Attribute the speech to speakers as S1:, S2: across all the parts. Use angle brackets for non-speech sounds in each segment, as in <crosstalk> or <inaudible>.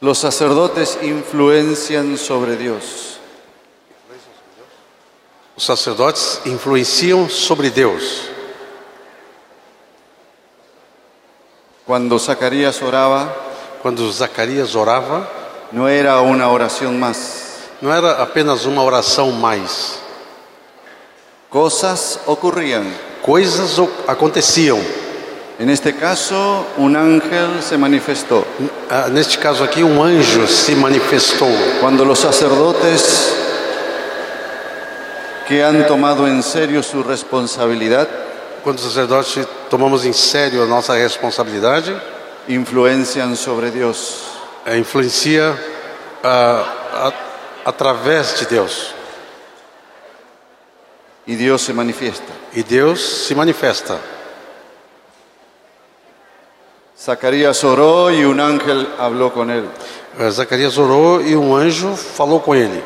S1: Los sacerdotes influencian sobre Dios.
S2: Os sacerdotes influenciam sobre Deus.
S1: Cuando Zacarías oraba,
S2: Quando Zacarias orava,
S1: no era una oración más.
S2: não era apenas uma oração mais.
S1: Cosas ocurrían.
S2: Coisas o- aconteciam.
S1: En este caso, un ángel se manifestó.
S2: Ah, Neste caso aqui, um anjo se manifestou.
S1: Cuando los sacerdotes que han tomado en serio su responsabilidad
S2: Quando os sacerdotes tomamos em sério a nossa responsabilidade,
S1: influencian sobre Dios.
S2: eh, influencia ah, a- através de Deus.
S1: y Dios se manifiesta.
S2: E Deus se manifesta.
S1: Zacarías oró y un ángel habló con él.
S2: Eh, Zacarias orou e um anjo falou com ele.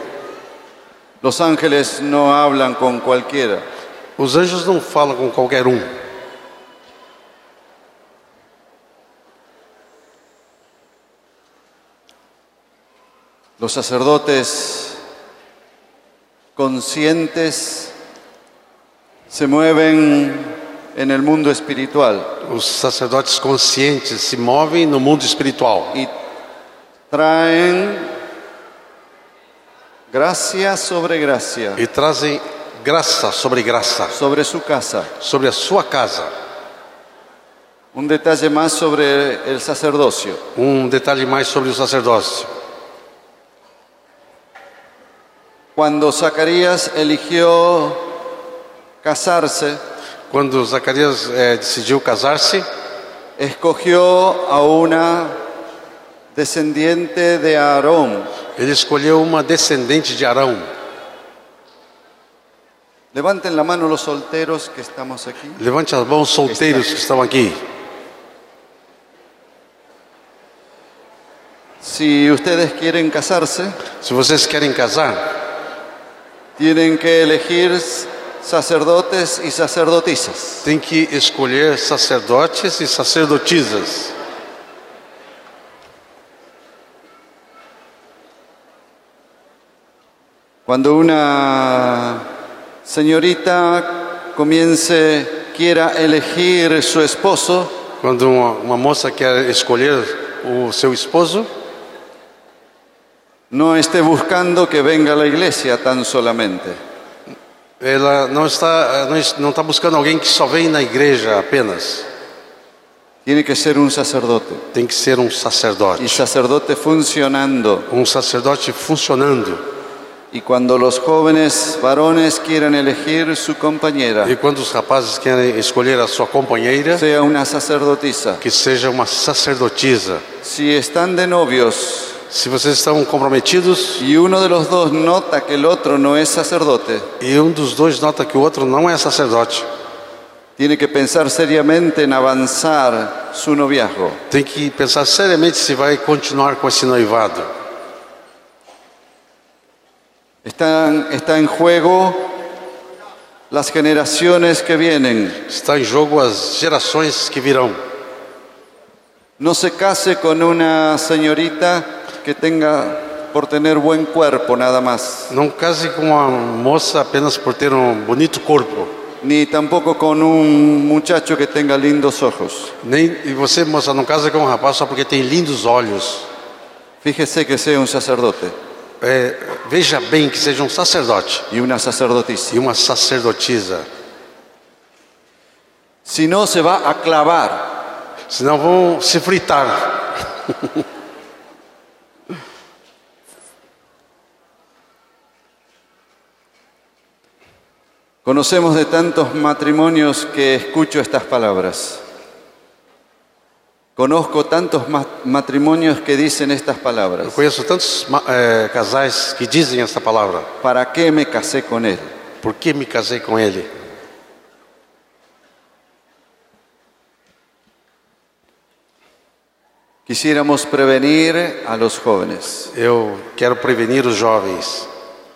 S1: Los ángeles no hablan con cualquiera.
S2: Os anjos não falam com qualquer um.
S1: Los sacerdotes conscientes se mueven en el mundo espiritual
S2: Os sacerdotes conscientes se movem no mundo espiritual
S1: y traen gracia sobre gracia
S2: e trazem graça sobre graça
S1: sobre su casa.
S2: sobre a sua casa.
S1: Un detalle más sobre el sacerdocio.
S2: Um detalhe mais sobre o sacerdócio.
S1: Cuando Zacarías eligió casarse,
S2: Quando Zacarias eh, decidiu casar-se,
S1: escogió a una descendiente de Aarón.
S2: ele escolheu uma descendente de Arão.
S1: Levanten la mano los solteros que estamos aquí.
S2: Levante as mãos, solteiros que estão aqui.
S1: Si ustedes quieren casarse,
S2: Se vocês querem casar,
S1: tienen que elegir sacerdotes y sacerdotisas.
S2: tem que escolher sacerdotes e sacerdotisas.
S1: Cuando una señorita comience, quiera elegir su esposo,
S2: Quando uma, uma moça quer escolher o seu esposo,
S1: no esté buscando que venga a la iglesia tan solamente.
S2: ela não está eh, não es- não está buscando alguém que só vem na igreja apenas.
S1: Tiene que ser un sacerdote
S2: Tem que ser um sacerdote,
S1: y sacerdote funcionando.
S2: um sacerdote funcionando.
S1: Y cuando los jóvenes varones quieran elegir su compañera,
S2: E quando os rapazes querem escolher a sua companheira,
S1: sea una sacerdotisa,
S2: que seja uma sacerdotisa.
S1: si están de novios
S2: Se vocês estão comprometidos
S1: y uno de los dos nota que el otro no es sacerdote,
S2: e um dos dois nota que o outro não é sacerdote,
S1: tiene que pensar seriamente en avanzar su noviazgo.
S2: tem que pensar seriamente se vai continuar com esse noivado.
S1: Están, está en juego las generaciones que vienen.
S2: Está em jogo as gerações que virão.
S1: No se case con una señorita que tenga por tener buen cuerpo nada más,
S2: Não case com uma moça apenas por ter um bonito corpo.
S1: ni tampoco con un muchacho que tenga lindos ojos.
S2: Nem, e você, moça, não casa com um rapaz só porque tem lindos olhos.
S1: Fíjese que sea un sacerdote
S2: É, veja bem que seja um sacerdote
S1: y una sacerdotisa.
S2: e uma sacerdotisa.
S1: Si no, se va a clavar.
S2: Senão vão se fritar.
S1: Conocemos de tantos matrimonios que escucho estas palabras. Conozco tantos ma- matrimonios que dicen estas palabras.
S2: Eu conheço tantos ma- é, casais que dizem essa palavra.
S1: ¿Para qué me casé con él?
S2: Por que me casei com ele?
S1: Quisiéramos prevenir a los jóvenes,
S2: Eu quero prevenir os jovens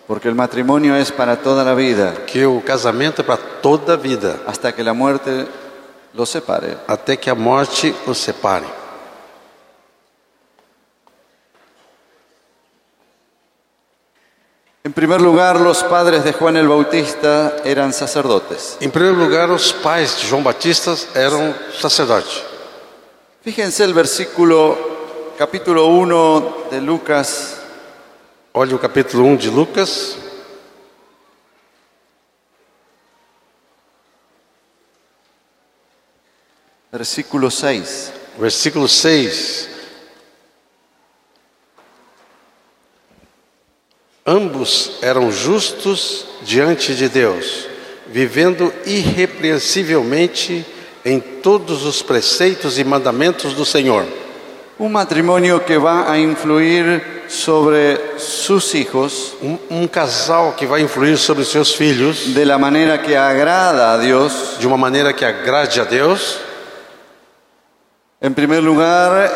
S1: porque el matrimonio es para toda la vida,
S2: que o casamento é para toda a vida,
S1: hasta que la muerte los separe.
S2: até que a morte os separe.
S1: En primer lugar, los padres de Juan el Bautista eran sacerdotes.
S2: Em primeiro lugar, os pais de João Batista eram sacerdotes.
S1: Fíjense el versículo capítulo 1 de Lucas,
S2: Olha o capítulo 1 de Lucas,
S1: versículo 6.
S2: versículo 6. Ambos eram justos diante de Deus, vivendo irrepreensivelmente em todos os preceitos e mandamentos do Senhor.
S1: Un matrimonio que va a influir sobre sus hijos
S2: Um, um casal que vai influir sobre os seus filhos
S1: de la manera que agrada a Dios.
S2: de uma maneira que agrade a Deus.
S1: En primer lugar,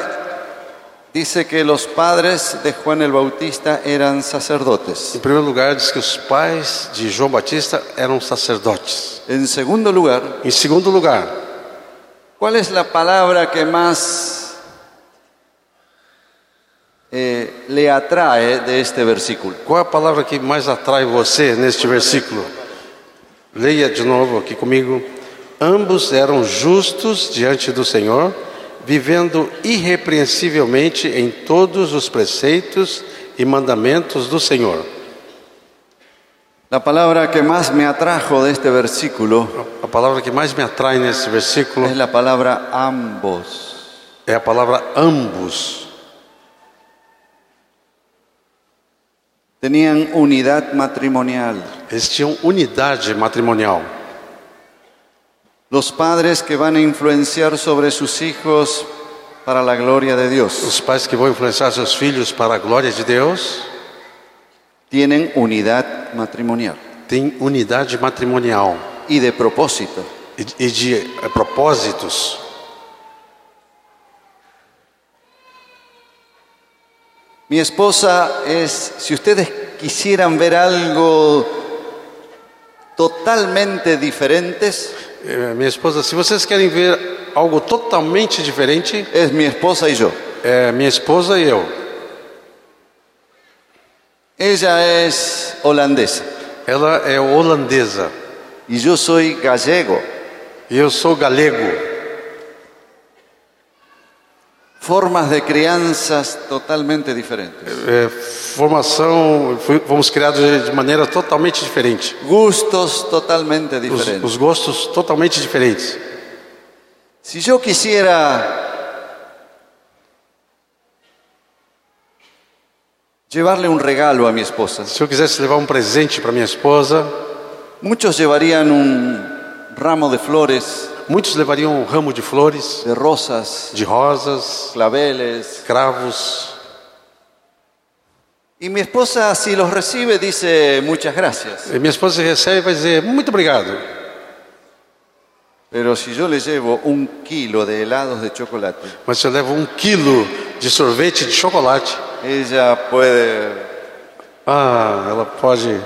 S1: dice que los padres de Juan el Bautista eran sacerdotes.
S2: Em primeiro lugar, diz que os pais de João Batista eram sacerdotes.
S1: En segundo lugar,
S2: Em segundo lugar,
S1: ¿cuál es la palabra que más eh, le atrae de este versículo?
S2: qual é a palavra que mais atrai você neste versículo? Leia de novo aqui comigo. Ambos eram justos diante do Senhor, vivendo irrepreensivelmente em todos os preceitos e mandamentos do Senhor.
S1: La palabra que más me atrajo de este versículo
S2: A palavra que mais me atrai nesse versículo
S1: es la palabra ambos.
S2: é a palavra ambos.
S1: Tenían unidad matrimonial.
S2: Eles tinham unidade matrimonial.
S1: Los padres que van a influenciar sobre sus hijos para la gloria de Dios
S2: Os pais que vão influenciar seus filhos para a glória de Deus
S1: tienen unidad matrimonial.
S2: têm unidade matrimonial
S1: y de propósito.
S2: e, e de eh, propósitos.
S1: Mi esposa es, si ustedes quisieran ver algo totalmente diferentes,
S2: Eh, Minha esposa, se vocês querem ver algo totalmente diferente,
S1: es mi esposa y yo.
S2: é minha esposa e eu.
S1: Ella es holandesa
S2: Ela é holandesa
S1: y yo soy gallego.
S2: e eu sou galego.
S1: Formas de crianzas totalmente diferentes.
S2: É, formação, fui- fomos criados de maneira totalmente diferente.
S1: Gustos totalmente
S2: Os,
S1: diferentes.
S2: os gostos totalmente diferentes.
S1: Si yo quisiera llevarle un regalo a mi esposa,
S2: Se eu quisesse levar um presente para minha esposa,
S1: Muchos llevarían un ramo de flores,
S2: muitos levariam um ramo de flores,
S1: de rosas,
S2: de rosas,
S1: claveles.
S2: cravos.
S1: Y mi esposa, si los recibe, dice muchas gracias.
S2: E minha esposa recebe e vai dizer muito obrigado.
S1: Pero si yo le llevo un kilo de helados de chocolate,
S2: Mas se eu levo um quilo de sorvete de chocolate,
S1: ella puede.
S2: ah, ela pode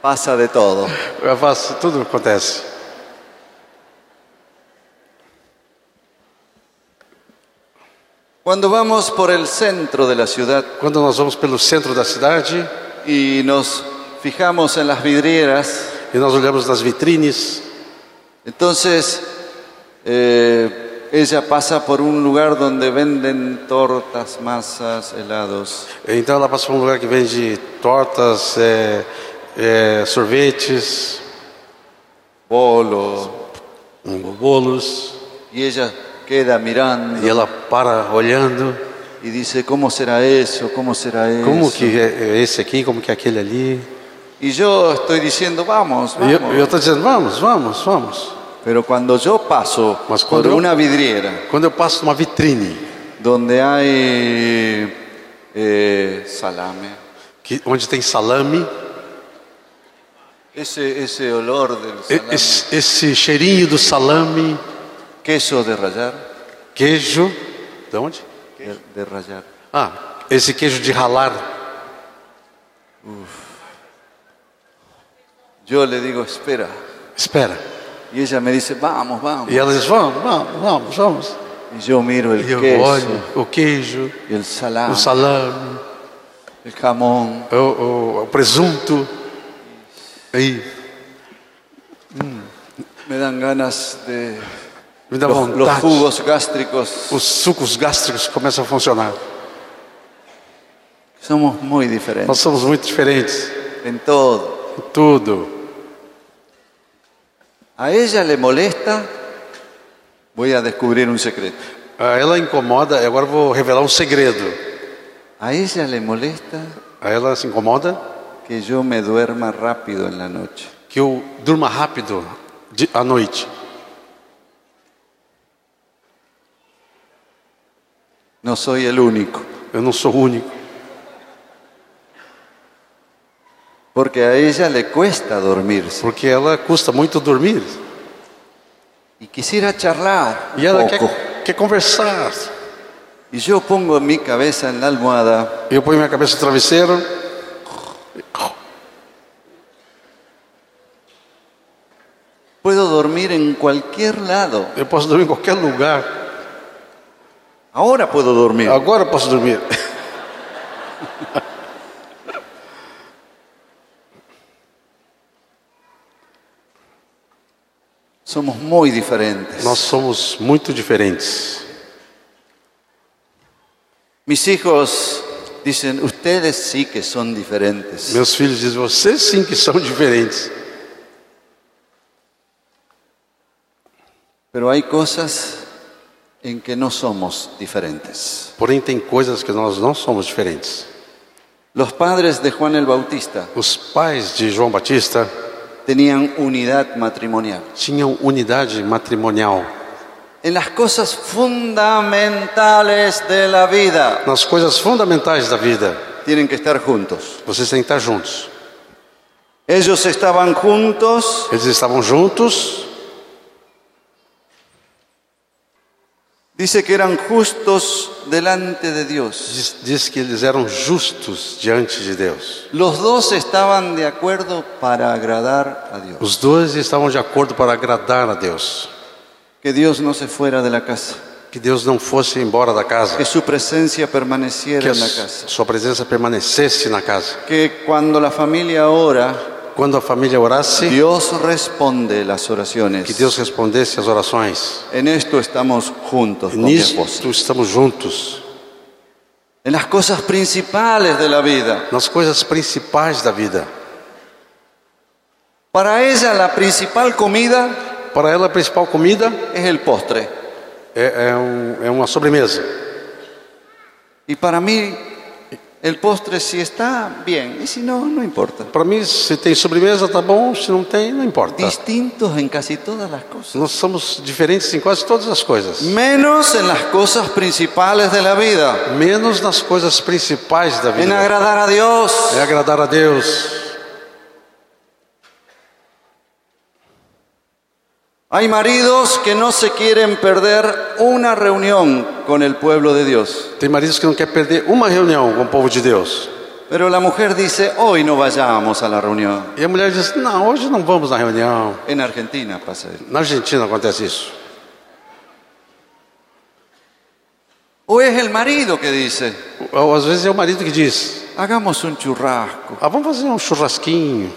S1: pasa de todo.
S2: Eu faço, tudo acontece.
S1: Cuando vamos por el centro de la ciudad
S2: Quando nós vamos pelo centro da cidade
S1: y nos fijamos en las vidrieras,
S2: e nós olhamos nas vitrines,
S1: entonces eh, ella pasa por un lugar donde venden tortas, masas, helados.
S2: então ela passa por um lugar que vende tortas, é, é, sorvetes,
S1: Bolo,
S2: bolos,
S1: Y ella queda mirando
S2: um e ela para olhando,
S1: y dice, ¿cómo será eso? ¿Cómo será eso?
S2: como que é é esse aqui, como que é aquele ali.
S1: Y yo estoy diciendo, vamos,
S2: E
S1: vamos.
S2: eu- eu estou dizendo, vamos, vamos, vamos.
S1: Pero cuando yo paso
S2: Mas
S1: por
S2: cuando-
S1: una vidriera
S2: Quando eu passo numa vitrine,
S1: donde hay eh, salame,
S2: que, onde tem salame,
S1: ese, ese olor del
S2: e-
S1: salame,
S2: esse, esse cheirinho do salame,
S1: queso de rayar,
S2: queijo, de onde?
S1: de, de rayar,
S2: Ah, esse queijo de ralar,
S1: yo le digo, espera.
S2: Espera.
S1: Y ella me dice, vamos, vamos.
S2: E ela diz: Vamos, vamos, vamos, vamos.
S1: Y yo miro el
S2: E eu
S1: queso
S2: olho o queijo,
S1: y el salame.
S2: o salame.
S1: el jamón,
S2: o, o- o presunto. Aí,
S1: me dan ganas de
S2: me dá
S1: los, los
S2: vontade.
S1: jugos gástricos.
S2: Os sucos gástricos começam a funcionar.
S1: Somos muy
S2: Nós
S1: diferentes
S2: somos muito diferentes
S1: en todo.
S2: em tudo.
S1: A ella le molesta, voy a descubrir un secreto.
S2: Ah, Ela incomoda, agora eu vou revelar um segredo.
S1: A ella le molesta
S2: Ah, Ela se incomoda
S1: que yo me duerma rápido en la noche.
S2: que eu durma rápido de- à noite.
S1: No soy el único,
S2: Eu não sou o único.
S1: porque a ella le cuesta dormirse.
S2: Porque ela custa muito dormir.
S1: Y quisiera charlar
S2: E ela
S1: un poco.
S2: quer, quer conversar.
S1: Y yo pongo mi cabeza en la almohada
S2: Eu ponho minha cabeça no travesseiro.
S1: Puedo dormir en cualquier lado.
S2: Eu posso dormir em qualquer lugar.
S1: Ahora puedo dormir.
S2: Agora eu posso dormir. <laughs>
S1: Somos muy diferentes.
S2: Nós somos muito diferentes.
S1: Mis hijos dicen, ustedes sí que son diferentes.
S2: Meus filhos dizem: vocês sim que são <laughs> diferentes.
S1: Pero hay cosas en que no somos diferentes.
S2: Porém, tem coisas que nós não somos diferentes.
S1: Los padres de Juan el Bautista
S2: Os pais de João Batista
S1: tenían unidad matrimonial.
S2: tinham unidade matrimonial.
S1: En las cosas fundamentales de la vida
S2: Nas coisas fundamentais da vida,
S1: tienen que estar juntos.
S2: vocês têm que estar juntos.
S1: Ellos estaban juntos
S2: Eles estavam juntos,
S1: Dice que eran justos delante de Dios.
S2: diz, diz que eles eram justos diante de Deus.
S1: Los dos estaban de acuerdo para agradar a Dios.
S2: Os dois estavam de acordo para agradar a Deus.
S1: Que Dios no se fuera de la casa.
S2: Que Deus não fosse embora da casa,
S1: Que su presencia permaneciera
S2: que a
S1: en la casa.
S2: sua presença permanecesse na casa.
S1: Que cuando la familia ora,
S2: Quando a família orasse,
S1: Dios responde las oraciones.
S2: que Deus respondesse às orações.
S1: En esto estamos juntos con mi esposa.
S2: Nisto estamos juntos,
S1: En las cosas principales de la vida.
S2: nas coisas principais da vida.
S1: Para ella la principal comida
S2: Para ela, a principal comida
S1: es el postre.
S2: é, é um- é uma sobremesa.
S1: Y para mí el postre si está bien y si no, no importa.
S2: Para mim, se tem sobremesa, tá bom, se não tem, não importa.
S1: distintos en casi todas las cosas.
S2: Nós somos diferentes em quase todas as coisas,
S1: Menos en las cosas principales de la vida.
S2: menos nas coisas principais da
S1: En
S2: vida.
S1: agradar a Dios.
S2: É agradar a Deus.
S1: Hay maridos que no se quieren perder una reunión con el pueblo de Dios.
S2: Tem maridos que não quer perder uma reunião com o povo de Deus.
S1: Pero la mujer dice, hoy no vayamos a la reunión.
S2: E a mulher diz: Não, hoje não vamos na reunião.
S1: En Argentina pasa eso.
S2: Na Argentina acontece isso.
S1: O es el marido que dice,
S2: Ou às vezes é o marido que diz:
S1: hagamos un churrasco.
S2: Ah, vamos fazer um churrasquinho.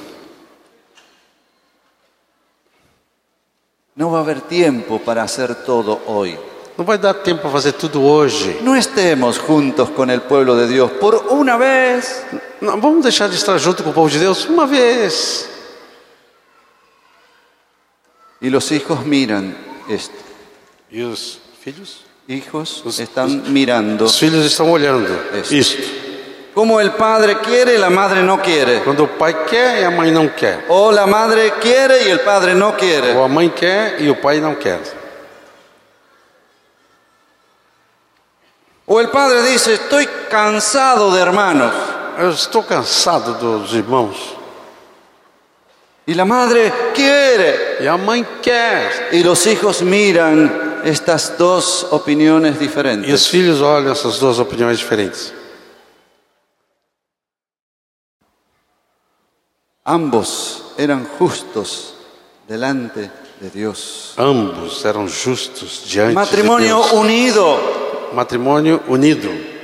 S1: No va a haber tiempo para hacer todo hoy.
S2: Não vai dar tempo para fazer tudo hoje.
S1: No estemos juntos con el pueblo de Dios por una vez.
S2: Não, vamos deixar de estar junto com o povo de Deus uma vez.
S1: Y los hijos miran esto.
S2: E os filhos?
S1: Hijos
S2: Los-
S1: están mirando.
S2: Os filhos estão olhando.
S1: Isso.
S2: Isso.
S1: Como el padre quiere, la madre no quiere.
S2: Quando o pai quer e a mãe não quer.
S1: O la madre quiere y el padre no quiere.
S2: Ou a mãe quer e o pai não quer.
S1: O el padre dice, estoy cansado de hermanos.
S2: Eu estou cansado dos irmãos.
S1: Y la madre quiere.
S2: E a mãe quer.
S1: Y los hijos miran estas dos opiniones
S2: E os
S1: diferentes.
S2: filhos olham essas duas opiniões diferentes.
S1: Ambos eran justos delante de Dios.
S2: Ambos eram justos diante de
S1: Matrimonio
S2: Deus.
S1: unido.
S2: Matrimônio unido.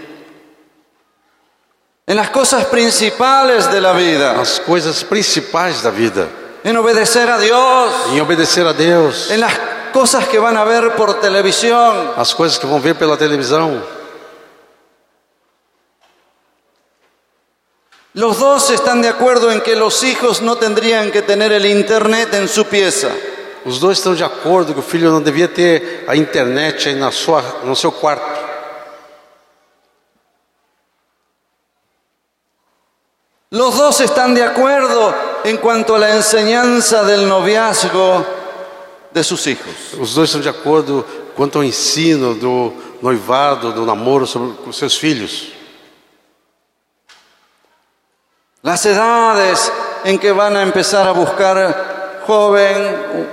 S1: en las cosas principales de la vida,
S2: nas coisas principais da vida,
S1: en obedecer a Dios,
S2: em obedecer a Deus,
S1: en las cosas que van a ver por televisión,
S2: as coisas que vão ver pela televisão.
S1: Los dos están de acuerdo en que los hijos no tendrían que tener el internet en su pieza.
S2: Os dois estão de acordo que o filho não devia ter a internet aí na sua, no seu quarto.
S1: Los dos están de acuerdo en cuanto a la enseñanza del noviazgo de sus hijos.
S2: Os dois estão de acordo quanto ao ensino do noivado, do namoro sobre com seus filhos.
S1: Las edades en que van a empezar a buscar joven,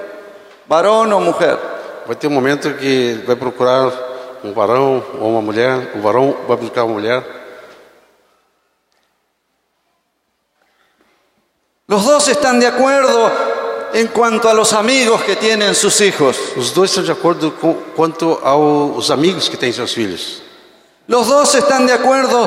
S1: varón o mujer.
S2: Vai ter um momento que ele vai procurar um varão ou uma mulher, o varão vai buscar uma mulher.
S1: Los dos están de acuerdo en cuanto a los amigos que tienen sus hijos.
S2: Os dois estão de acordo com, quanto aos amigos que têm seus filhos.
S1: Los dos están de acuerdo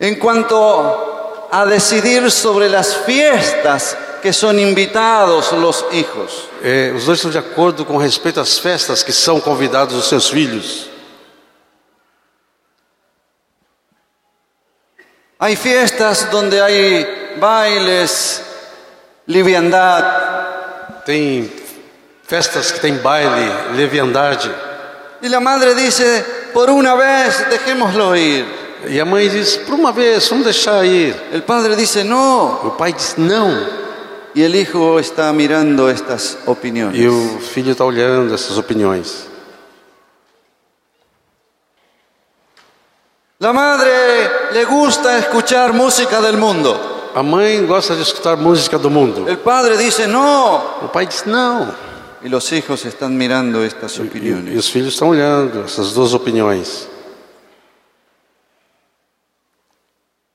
S1: en cuanto a decidir sobre las fiestas que son invitados los hijos.
S2: É, os dois estão de acordo com respeito às festas que são convidados os seus filhos.
S1: Hay fiestas donde hay bailes, liviandad,
S2: Tem festas que tem baile, leviandade.
S1: y la madre dice, por una vez dejémoslo ir.
S2: E a mãe diz: por uma vez, vamos deixar ir.
S1: El padre dice, no.
S2: O pai diz: não.
S1: Y el hijo está mirando estas opiniones.
S2: E o filho está olhando essas opiniões.
S1: La madre le gusta escuchar música del mundo.
S2: A mãe gosta de escutar música do mundo.
S1: El padre dice no.
S2: O pai diz: não.
S1: Y los hijos están mirando estas
S2: E, e
S1: opiniones.
S2: os filhos estão olhando essas duas opiniões.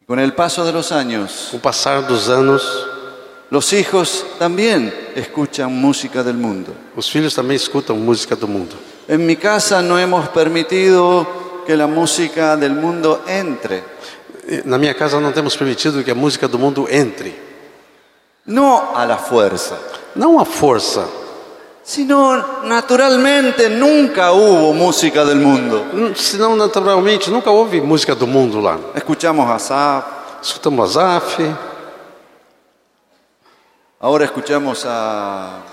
S1: Con el paso de los años,
S2: Com o passar dos anos,
S1: los hijos también escuchan música del mundo.
S2: os filhos também escutam música do mundo.
S1: En mi casa no hemos permitido que la música del mundo entre.
S2: E Na minha casa não temos permitido que a música do mundo entre.
S1: No a la fuerza,
S2: Não à força.
S1: sino naturalmente nunca hubo música del mundo.
S2: Hum, Senão, naturalmente, nunca houve música do mundo lá.
S1: Escuchamos a Zap,
S2: Escutamos Azaf,
S1: ahora escuchamos a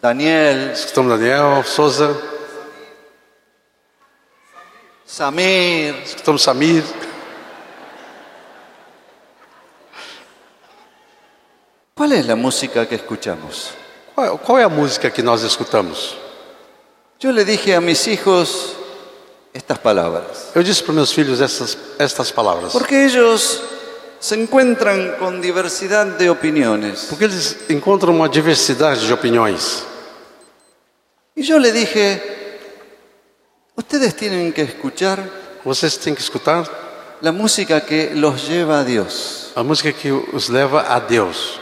S1: Daniel,
S2: escutamos Daniel, Souza,
S1: Samir,
S2: escutamos Samir.
S1: ¿Cuál es la música que escuchamos?
S2: Qual, qual é a música que nós escutamos?
S1: Yo le dije a mis hijos estas palabras,
S2: Eu disse para meus filhos essas, estas palavras.
S1: porque ellos se encuentran con diversidad de opiniones.
S2: Porque eles encontram uma diversidade de opiniões.
S1: Y yo le dije, ustedes tienen que escuchar
S2: Vocês têm que escutar
S1: la música que los lleva a Dios.
S2: a música que os leva a Deus.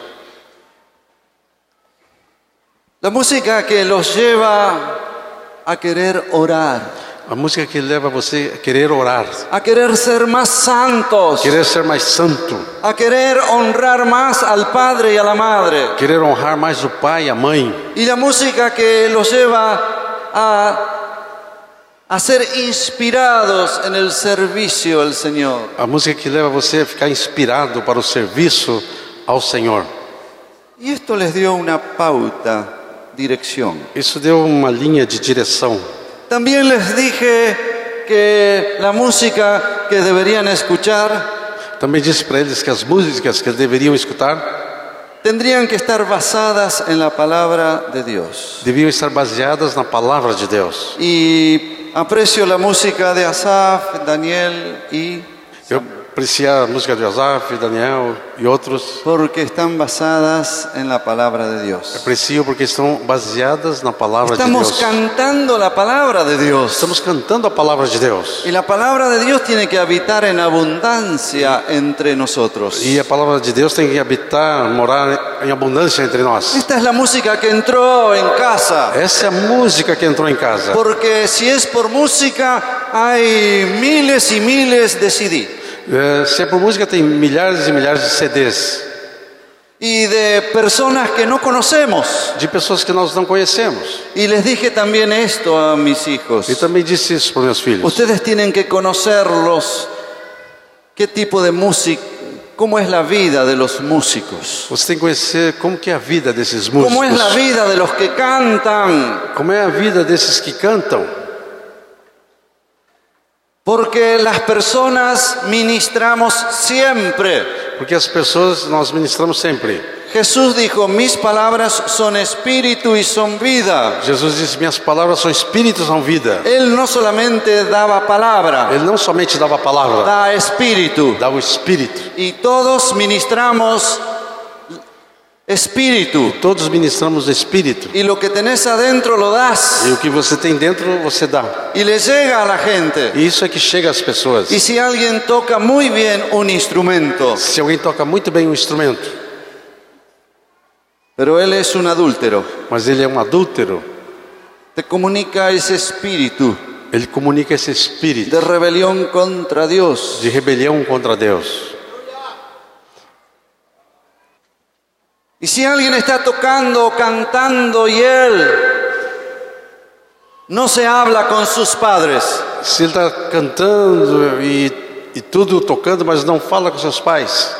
S1: La música que los lleva a querer orar,
S2: A música que leva você a querer orar,
S1: a querer ser más santos,
S2: querer ser mais santo,
S1: a querer honrar más al Padre y a la Madre.
S2: querer honrar mais o pai e a mãe.
S1: Y la música que los lleva a, a ser inspirados en el servicio al Señor.
S2: A música que leva você a ficar inspirado para o serviço ao Senhor.
S1: Y esto les dio una pauta, dirección.
S2: Isso deu uma linha de direção.
S1: También les dije que la música que deberían escuchar
S2: Também disse para eles que as músicas que eles deveriam escutar
S1: tendrían que estar basadas en la palabra de Dios.
S2: deviam estar baseadas na palavra de Deus.
S1: Y aprecio la música de Asaf, Daniel y
S2: Eu aprecia a música de Asaf, Daniel e outros.
S1: porque están basadas en la palabra de Dios.
S2: Aprecio porque estão baseadas na palavra
S1: Estamos
S2: de Deus.
S1: cantando la palabra de Dios.
S2: Estamos cantando a palavra de Deus.
S1: Y la palabra de Dios tiene que habitar en abundancia entre nosotros.
S2: E a palavra de Deus tem que habitar, morar em abundância entre nós.
S1: Esta es la música que entró en casa.
S2: Essa é a música que entrou em casa.
S1: Porque si es por música, hay miles y miles de CD.
S2: Eh, Sempre Música tem milhares e milhares de CDs
S1: y de personas que no conocemos.
S2: de pessoas que nós não conhecemos.
S1: Y les dije también esto a mis hijos.
S2: E também disse isso para meus filhos.
S1: Ustedes tienen que conocerlos, qué tipo de música, cómo es la vida de los músicos,
S2: Você tem que conhecer como que é a vida desses
S1: cómo es la
S2: músicos.
S1: é vida de los que cantan,
S2: Como é a vida desses que cantam.
S1: porque las personas ministramos siempre.
S2: Porque as pessoas nós ministramos sempre.
S1: Jesús dijo, mis palabras son espíritu y son vida.
S2: Jesus disse: Minhas palavras são espíritos, são vida.
S1: Él no solamente daba palabra,
S2: Ele não somente dava a palavra,
S1: da espíritu.
S2: dava o espírito.
S1: Y todos ministramos espíritu.
S2: Todos ministramos o espírito.
S1: Y lo que tenés adentro lo das.
S2: E o que você tem dentro, você dá.
S1: y le llega a la gente.
S2: E isso é que chega às pessoas.
S1: Y si alguien toca muy bien un instrumento,
S2: Se alguém toca muito bem um instrumento,
S1: pero él es un adúltero,
S2: mas ele é um adúltero,
S1: te comunica ese espíritu
S2: ele comunica esse espírito
S1: de rebelión contra Dios.
S2: de rebelião contra Deus.
S1: Y si alguien está tocando o cantando y él no se habla con sus padres,
S2: Se ele está cantando e, e tudo tocando, mas não fala com seus pais,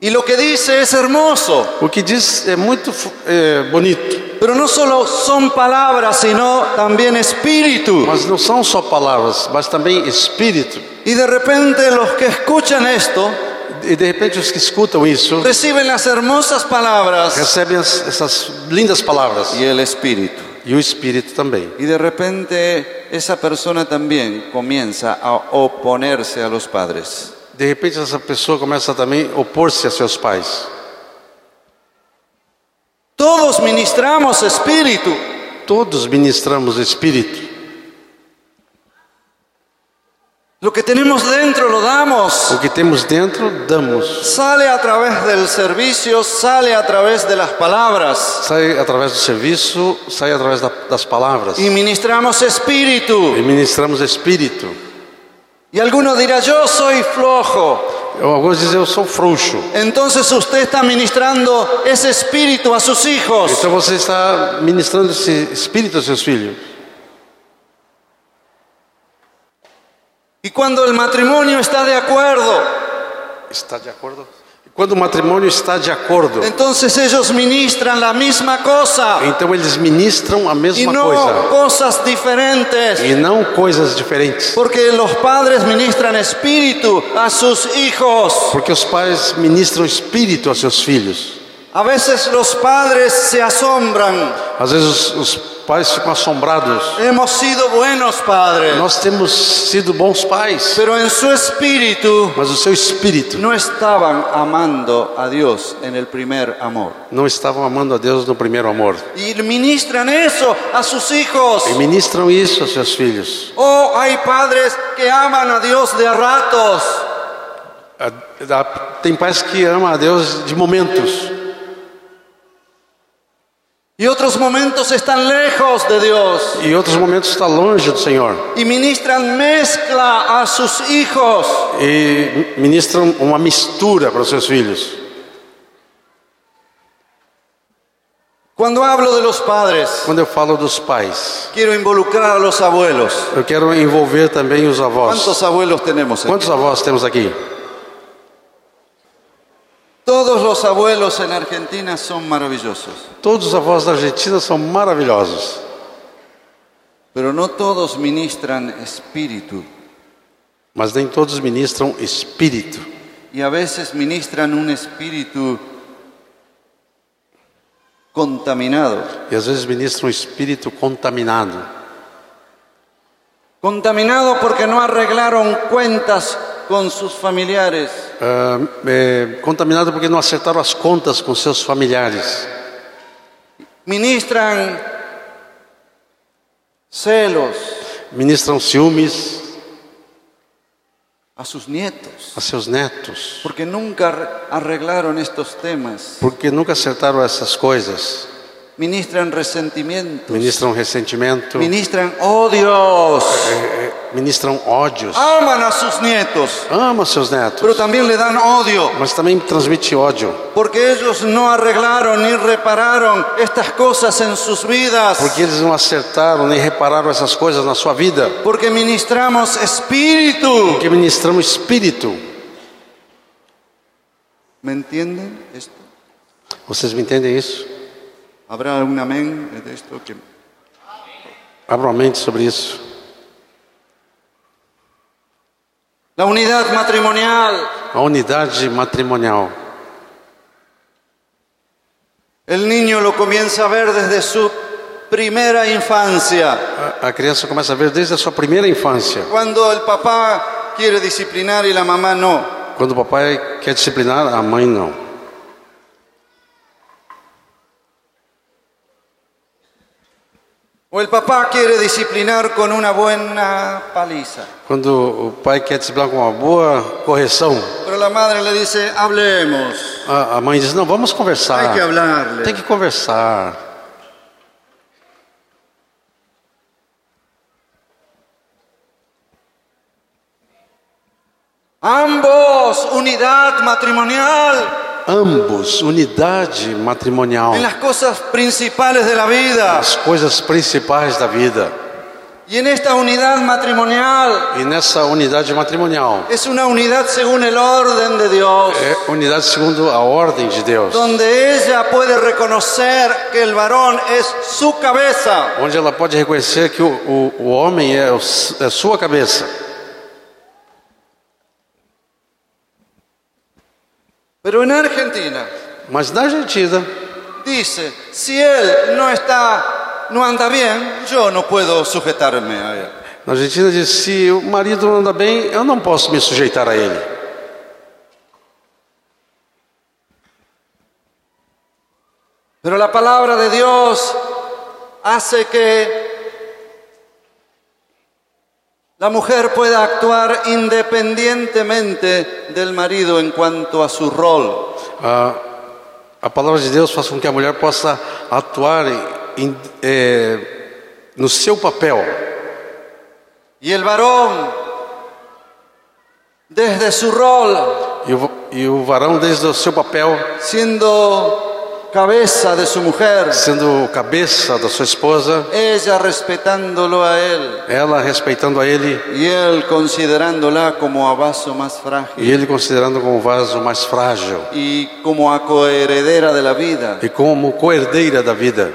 S1: y lo que dice es hermoso,
S2: o que diz é muito fu- é, bonito,
S1: pero no solo son palabras, sino también espíritu.
S2: mas não são só palavras, mas também espírito.
S1: Y de repente los que escuchan esto
S2: E de repente os que escutam isso
S1: reciben las hermosas palabras
S2: recebem as, essas lindas palavras
S1: y el espíritu.
S2: e o espírito também.
S1: Y de repente esa persona también comienza a oponerse a los padres.
S2: De repente essa pessoa começa também a opor-se a seus pais.
S1: Todos ministramos espíritu,
S2: Todos ministramos espírito.
S1: lo que tenemos dentro lo damos.
S2: O que temos dentro, damos.
S1: Sale a través del servicio, sale a través de las palabras.
S2: Sai através do serviço, sai através da, das palavras.
S1: Y
S2: E
S1: ministramos espíritu.
S2: ministramos espírito.
S1: Y alguno dirá, yo soy flojo.
S2: Alguns dizem, eu sou frouxo.
S1: Entonces usted está ministrando ese espíritu a sus hijos.
S2: Então você está ministrando esse espírito aos seus filhos.
S1: Y cuando el matrimonio está de acuerdo,
S2: Está de acordo? Quando o matrimônio está de acordo,
S1: entonces ellos ministran la misma cosa.
S2: então eles ministram a
S1: y
S2: mesma
S1: no
S2: coisa.
S1: cosas diferentes.
S2: E não coisas diferentes.
S1: Porque los padres ministran espíritu a sus hijos.
S2: Porque os pais ministram espírito aos seus filhos.
S1: A veces los padres se asombran.
S2: Às vezes os, os pais ficam assombrados.
S1: Hemos sido buenos padres.
S2: Nós temos sido bons pais,
S1: Pero en su espíritu
S2: mas o seu espírito
S1: no estaban amando a Dios en el primer amor.
S2: não estavam amando a Deus no primeiro amor.
S1: Y ministran eso a sus hijos.
S2: E ministram isso aos seus filhos.
S1: O hay padres que aman a Dios de a ratos.
S2: A- a- É, Tem pais que amam a Deus de momentos
S1: Y otros momentos están lejos de Dios.
S2: e outros momentos está longe do Senhor
S1: Y ministran mezcla a sus hijos.
S2: e ministram uma mistura para os seus filhos.
S1: Cuando hablo de los padres,
S2: Quando eu falo dos pais,
S1: quiero involucrar a los abuelos.
S2: eu quero envolver também os avós.
S1: ¿Cuántos abuelos tenemos? aquí?
S2: Quantos avós temos aqui?
S1: Todos los abuelos en Argentina son maravillosos,
S2: Todos os avós da Argentina são maravilhosos,
S1: pero no todos ministran espíritu
S2: mas nem todos ministram espírito.
S1: y a veces ministran un espíritu contaminado.
S2: E às vezes ministram espírito contaminado.
S1: Contaminado porque no arreglaron cuentas con sus familiares,
S2: Ah, é, contaminado porque não acertaram as contas com seus familiares.
S1: ministran celos
S2: Ministram ciúmes
S1: a sus nietos.
S2: a seus netos,
S1: porque nunca ar- arreglaron estos temas.
S2: porque nunca acertaram essas coisas.
S1: ministran resentimientos,
S2: ministram ressentimento,
S1: ministran odios,
S2: ministram ódios.
S1: aman a sus nietos,
S2: Ama seus netos,
S1: pero también le dan odio,
S2: mas também transmite ódio,
S1: porque ellos no arreglaron ni repararon estas cosas en sus vidas,
S2: porque eles não acertaram nem repararam essas coisas na sua vida.
S1: porque ministramos espíritu.
S2: Porque ministramos espírito.
S1: ¿Me entienden esto?
S2: Vocês me entendem isso?
S1: ¿Habrá algún amén de esto? que-
S2: Abram a mente sobre isso.
S1: La unidad matrimonial.
S2: A unidade matrimonial.
S1: El niño lo comienza a ver desde su primera infancia,
S2: A, a criança começa a ver desde a sua primeira infância.
S1: cuando el papá quiere disciplinar y la mamá no.
S2: Quando o papai quer disciplinar, a mãe não.
S1: O el papá quiere disciplinar con una buena paliza,
S2: Quando o pai quer disciplinar com uma boa correção,
S1: pero la madre le dice, hablemos,
S2: a, a mãe diz: Não, vamos
S1: hay
S2: conversar.
S1: que hablarle.
S2: Tem que conversar.
S1: Ambos, unidad matrimonial
S2: Ambos, unidade matrimonial.
S1: en las cosas principales de la vida.
S2: As coisas principais da vida.
S1: Y en esta unidad matrimonial
S2: E nessa unidade matrimonial,
S1: es una unidad según el orden de Dios.
S2: é unidade segundo a ordem de Deus.
S1: donde ella puede reconocer que el varón es su cabeza.
S2: onde ela pode reconhecer que o, o, o homem é, o s- é sua cabeça.
S1: Pero en Argentina
S2: Mas na Argentina,
S1: dice, si él no está, no anda bien, yo no puedo sujetarme a él.
S2: na Argentina diz: se o marido não anda bem, eu não posso me sujeitar a ele.
S1: Pero la palabra de Dios hace que la mujer pueda actuar independientemente del marido en cuanto a su rol.
S2: A, a palavra de Deus faz com que a mulher possa atuar em, em, eh, no seu papel.
S1: Y el varón, desde su rol,
S2: E o, e o varão, desde o seu papel,
S1: siendo cabeza de su mujer,
S2: sendo o cabeça da sua esposa,
S1: ella respetándolo a él
S2: ela respeitando a ele
S1: y él considerándola como a vaso más frágil
S2: e ele considerando como o vaso mais frágil
S1: y como a coheredera de la vida.
S2: e como coerdeira da vida.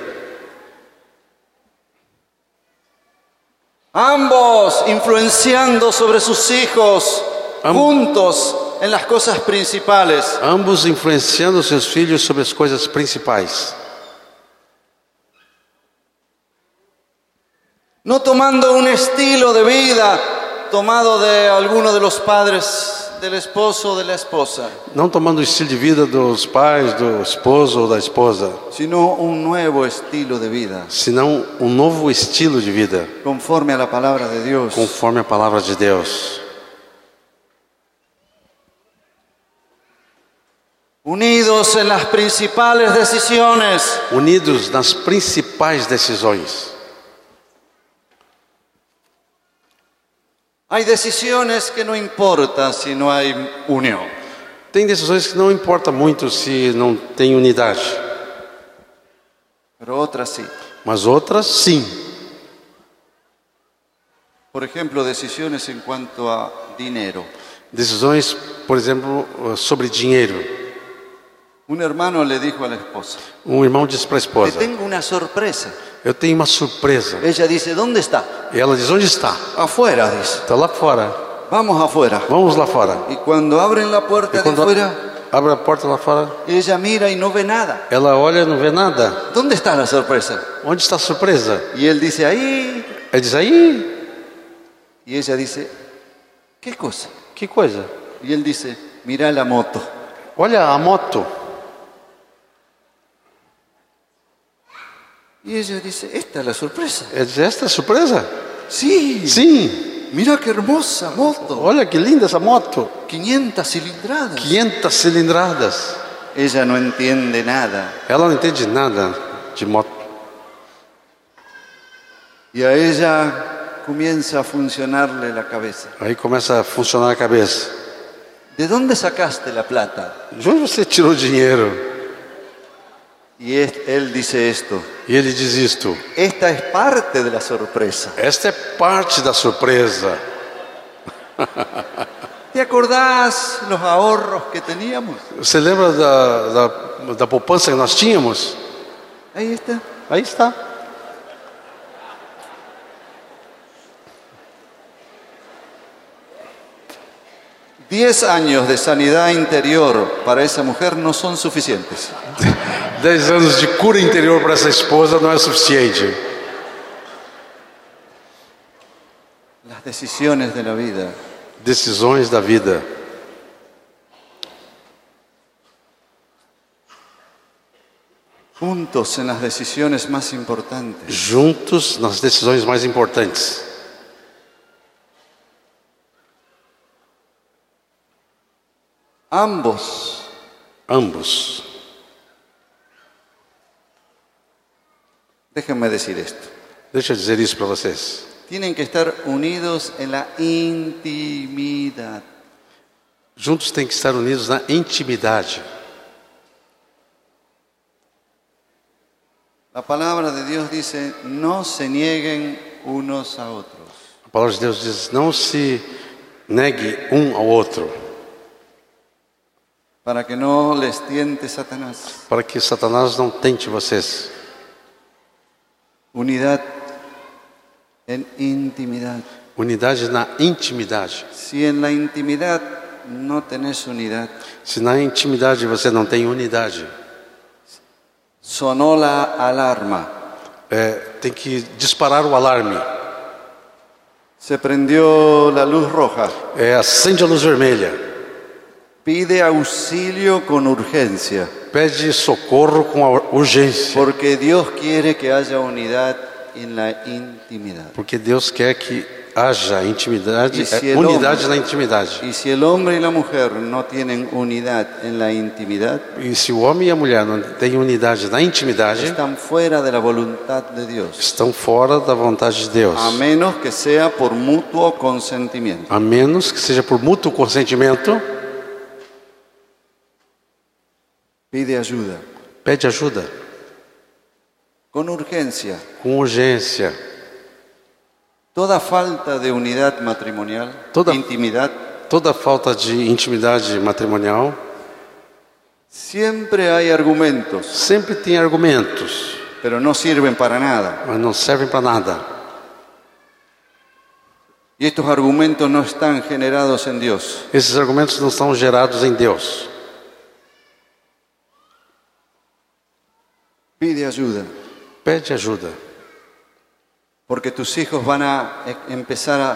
S1: Ambos influenciando sobre sus hijos
S2: Am-
S1: juntos en las cosas principales.
S2: ambos influenciando seus filhos sobre as coisas principais,
S1: No tomando un estilo de vida tomado de alguno de los padres del esposo o de la esposa,
S2: não tomando o estilo de vida dos pais, do esposo ou da esposa,
S1: sino un nuevo estilo de vida
S2: senão um novo estilo de vida,
S1: conforme a la palabra de Dios.
S2: conforme a palavra de Deus,
S1: unidos en las principales decisiones,
S2: unidos nas principais decisões.
S1: hay decisiones que no importa si no hay unión.
S2: Tem decisões que não importa muito se não tem unidade,
S1: Pero otras sí.
S2: mas outras sim.
S1: Por ejemplo, decisiones en cuanto a dinero.
S2: Decisões, por exemplo, sobre dinheiro.
S1: Un hermano le dijo a la esposa,
S2: Um irmão disse para a
S1: te
S2: esposa:
S1: tengo una sorpresa.
S2: Eu tenho uma surpresa.
S1: Ella dice, ¿dónde está?
S2: E ela diz: Onde está?
S1: Afuera, dice.
S2: Está lá fora.
S1: Vamos afuera.
S2: Vamos lá fora.
S1: Y cuando abren la
S2: E
S1: puerta de
S2: quando
S1: afuera,
S2: abre a porta lá fora,
S1: ella mira y no ve nada.
S2: ela olha e não vê nada.
S1: ¿Dónde está la sorpresa?
S2: Onde está a surpresa?
S1: Y él dice, ahí.
S2: Ela diz, aí,
S1: Y ella dice, ¿qué cosa?
S2: que coisa.
S1: Y él dice, mira la moto.
S2: Olha a moto.
S1: Y ella dice, esta es la sorpresa.
S2: Ela diz, esta é a surpresa?
S1: Sí,
S2: Sim.
S1: mira qué hermosa moto,
S2: Olha que linda essa moto.
S1: 500 cilindradas.
S2: 500 cilindradas.
S1: Ella no entiende nada.
S2: Ela não entende nada de moto.
S1: Y a ella comienza a funcionarle la cabeza.
S2: Aí começa a funcionar a cabeça.
S1: ¿De dónde sacaste la plata?
S2: De onde você tirou o dinheiro?
S1: Y es- él dice esto.
S2: E ele diz isto.
S1: Esta es parte de la sorpresa.
S2: Esta é parte da surpresa.
S1: ¿Te acordás los ahorros que teníamos?
S2: Você lembra da, da, da poupança que nós tínhamos?
S1: Ahí está.
S2: Aí está.
S1: Diez años de sanidad interior para esa mujer no son suficientes.
S2: Dez anos de cura interior para essa esposa não é suficiente.
S1: Las decisiones de la vida
S2: Decisões da vida.
S1: juntos en las decisiones más importantes.
S2: Juntos nas decisões mais importantes.
S1: Ambos
S2: Ambos.
S1: Déjenme decir esto.
S2: Deixa eu dizer isso para vocês.
S1: Tienen que estar unidos en la intimidad.
S2: Juntos têm que estar unidos na intimidade.
S1: La palabra de Dios dice, no se nieguen unos a otros.
S2: A palavra de Deus diz: não se negue um ao outro,
S1: para que no les tiente Satanás.
S2: para que Satanás não tente vocês.
S1: Unidad en intimidad.
S2: Unidade na intimidade.
S1: Si en la intimidad no tenés unidad,
S2: Se na intimidade você não tem unidade,
S1: sonó la alarma,
S2: é, tem que disparar o alarme.
S1: se prendió la luz roja,
S2: É, acende a luz vermelha,
S1: pide auxilio con urgencia,
S2: pede socorro com a urgência,
S1: porque Dios quiere que haya unidad en la intimidad.
S2: porque Deus quer que haja intimidade,
S1: E se né?
S2: é,
S1: ele
S2: unidade
S1: ama-
S2: na intimidade.
S1: Y si el hombre y la mujer no tienen unidad en la intimidad,
S2: E se o homem e a mulher não têm unidade na intimidade,
S1: están fuera de la voluntad de Dios,
S2: estão fora da vontade de Deus.
S1: a menos que sea por mutuo consentimiento.
S2: A menos que seja por mútuo consentimento,
S1: Pide ayuda.
S2: pede ajuda
S1: Con urgencia,
S2: com urgência.
S1: toda falta de unidad matrimonial,
S2: Toda-
S1: intimidad,
S2: Toda falta de intimidade matrimonial
S1: siempre hay argumentos,
S2: sempre tem argumentos,
S1: pero no sirven para nada.
S2: mas não servem para nada.
S1: Y estos argumentos no están generados en Dios.
S2: Esses argumentos não são gerados em Deus.
S1: Pide ayuda,
S2: Pede ajuda,
S1: porque tus hijos van a e- empezar a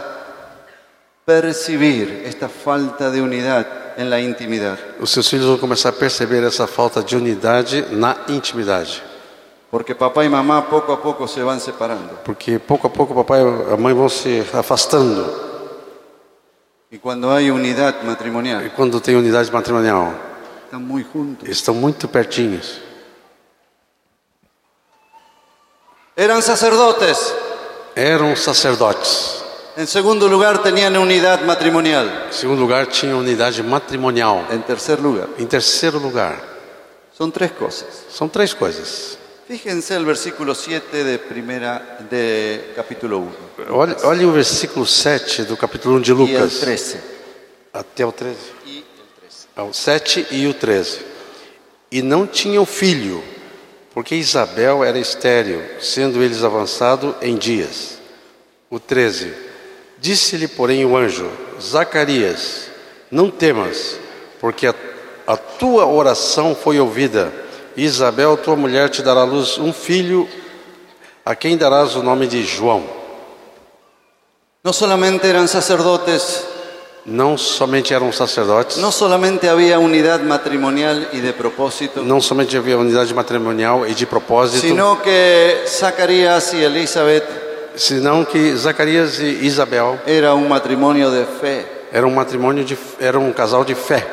S1: percibir esta falta de unidad en la intimidad,
S2: os seus filhos vão começar a perceber essa falta de unidade na intimidade,
S1: porque papá e mamá poco a poco se van separando.
S2: porque pouco a pouco o papai e a mãe vão se afastando.
S1: Y cuando hay unidad
S2: E
S1: matrimonial,
S2: quando tem unidade matrimonial,
S1: están muy juntos.
S2: eles estão muito pertinhos.
S1: Eran sacerdotes.
S2: Eram sacerdotes.
S1: En segundo lugar, tenían unidad matrimonial.
S2: Em segundo lugar, tinha unidade matrimonial.
S1: En tercer lugar,
S2: Em terceiro lugar,
S1: son tres cosas.
S2: são três coisas.
S1: Fíjense el versículo 7 de, primera, de capítulo 1
S2: Olhe, olhe o versículo 7 do capítulo 1 de
S1: y el
S2: Lucas.
S1: 13.
S2: Até o 13. O 7 e o 13. E não tinham filho, porque Isabel era estéril, sendo eles avançado em dias. O 13. Disse-lhe, porém, o anjo, Zacarias, não temas, porque a, a tua oração foi ouvida. E Isabel, tua mulher, te dará à luz um filho, a quem darás o nome de João.
S1: No solamente eran sacerdotes,
S2: Não somente eram sacerdotes,
S1: no solamente había unidad matrimonial y de propósito,
S2: Não somente havia unidade matrimonial e de propósito,
S1: sino que Zacarías y Elizabeth
S2: senão que Zacarias e Isabel
S1: era un matrimonio de fe.
S2: eram um matrimônio de era um casal de fé.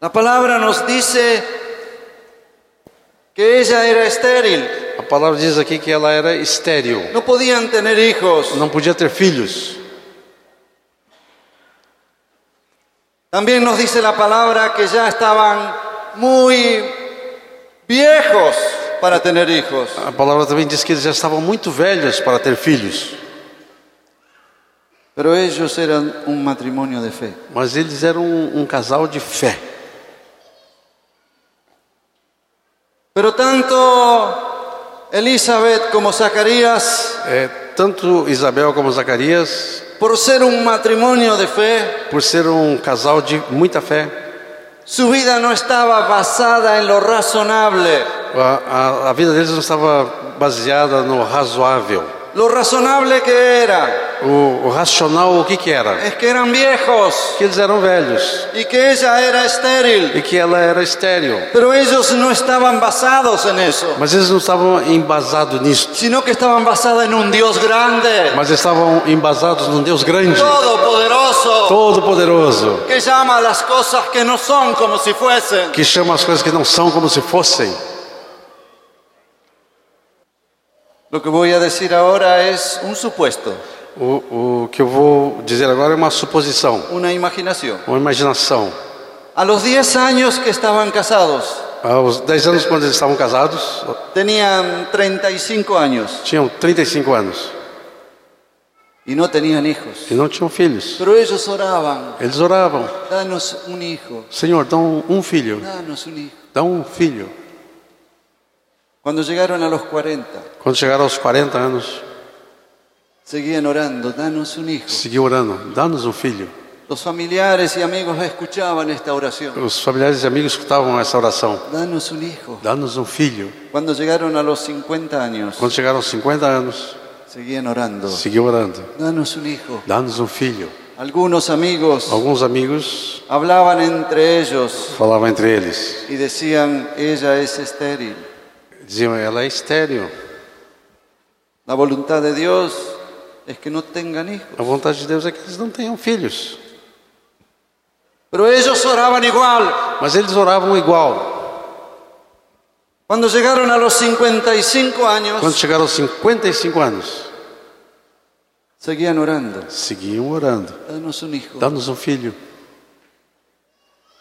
S1: La palabra nos dice que ella era estéril,
S2: A A palavra diz aqui que ela era estéril,
S1: No podían tener hijos.
S2: não podia ter filhos.
S1: También nos dice la palabra que ya estaban muy viejos para tener hijos.
S2: A palavra também diz que eles já estavam muito velhos para ter filhos,
S1: Pero ellos eran un matrimonio de fe.
S2: mas eles eram um, um casal de fé.
S1: Pero tanto Elizabeth como Zacarías,
S2: É, tanto Isabel como Zacarias,
S1: por ser un matrimonio de fe,
S2: por ser um casal de muita fé,
S1: su vida no estaba basada en lo razonable.
S2: a, a, a vida deles não estava baseada no razoável.
S1: Lo razonable que era
S2: O, o racional, o que que era?
S1: es que eran viejos
S2: Que eles eram velhos
S1: y que ella era estéril.
S2: e que ela era estéril.
S1: Pero ellos no estaban basados en eso,
S2: Mas eles não estavam embasados nisso,
S1: sino que estaban basados en un Dios grande,
S2: mas estavam embasados num Deus grande,
S1: todopoderoso,
S2: todo-poderoso,
S1: que llama a las cosas que no son como si fuesen.
S2: que chama as coisas que não são como se fossem.
S1: Lo que voy a decir ahora es un supuesto,
S2: O, o que eu vou dizer agora é uma suposição,
S1: una imaginación.
S2: uma imaginação.
S1: A los 10 años que estaban casados,
S2: Aos 10 anos, quando eles estavam casados,
S1: tenían 35 años
S2: tinham 35 anos
S1: y no tenían hijos.
S2: e não tinham filhos.
S1: Pero ellos oraban,
S2: Eles oravam:
S1: danos un hijo,
S2: Senhor, dá um, um filho,
S1: danos un hijo.
S2: dá um filho.
S1: Cuando llegaron a los 40,
S2: Quando chegaram aos 40 anos,
S1: seguían orando, danos un hijo.
S2: seguiu orando: dá-nos um filho.
S1: Los familiares y amigos escuchaban esta oración.
S2: Os familiares e amigos escutavam essa oração:
S1: Danos un hijo.
S2: dá-nos um filho.
S1: Cuando llegaron a los 50 años,
S2: Quando chegaram aos 50 anos,
S1: seguían orando.
S2: seguiu orando:
S1: Danos un hijo.
S2: dá-nos um filho.
S1: Algunos amigos
S2: Alguns amigos
S1: hablaban entre ellos
S2: falavam entre eles,
S1: y decían, ella es estéril.
S2: diziam: ela é estéreo.
S1: La voluntad de Dios es que no tengan hijos.
S2: A vontade de Deus é que eles não tenham filhos.
S1: Pero ellos oraban igual.
S2: Mas eles oravam igual.
S1: Cuando llegaron a los 55
S2: Quando
S1: años,
S2: chegaram aos 55 anos,
S1: seguían orando.
S2: seguiam orando:
S1: Danos un hijo.
S2: dá-nos um filho.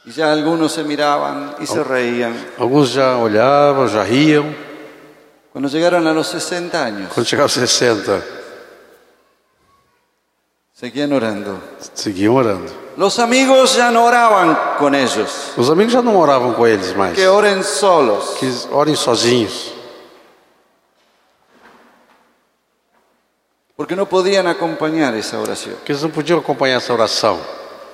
S1: Y ya algunos se miraban y se reían.
S2: Alguns já olhavam, já riam.
S1: Cuando llegaron a los 60 años,
S2: Quando chegaram aos 60,
S1: seguían orando.
S2: seguiam orando.
S1: Los amigos ya no oraban con ellos,
S2: Os amigos já não oravam com eles mais.
S1: que oren solos.
S2: Que orem sozinhos,
S1: porque no podían acompañar esa oración.
S2: porque eles não podiam acompanhar essa oração.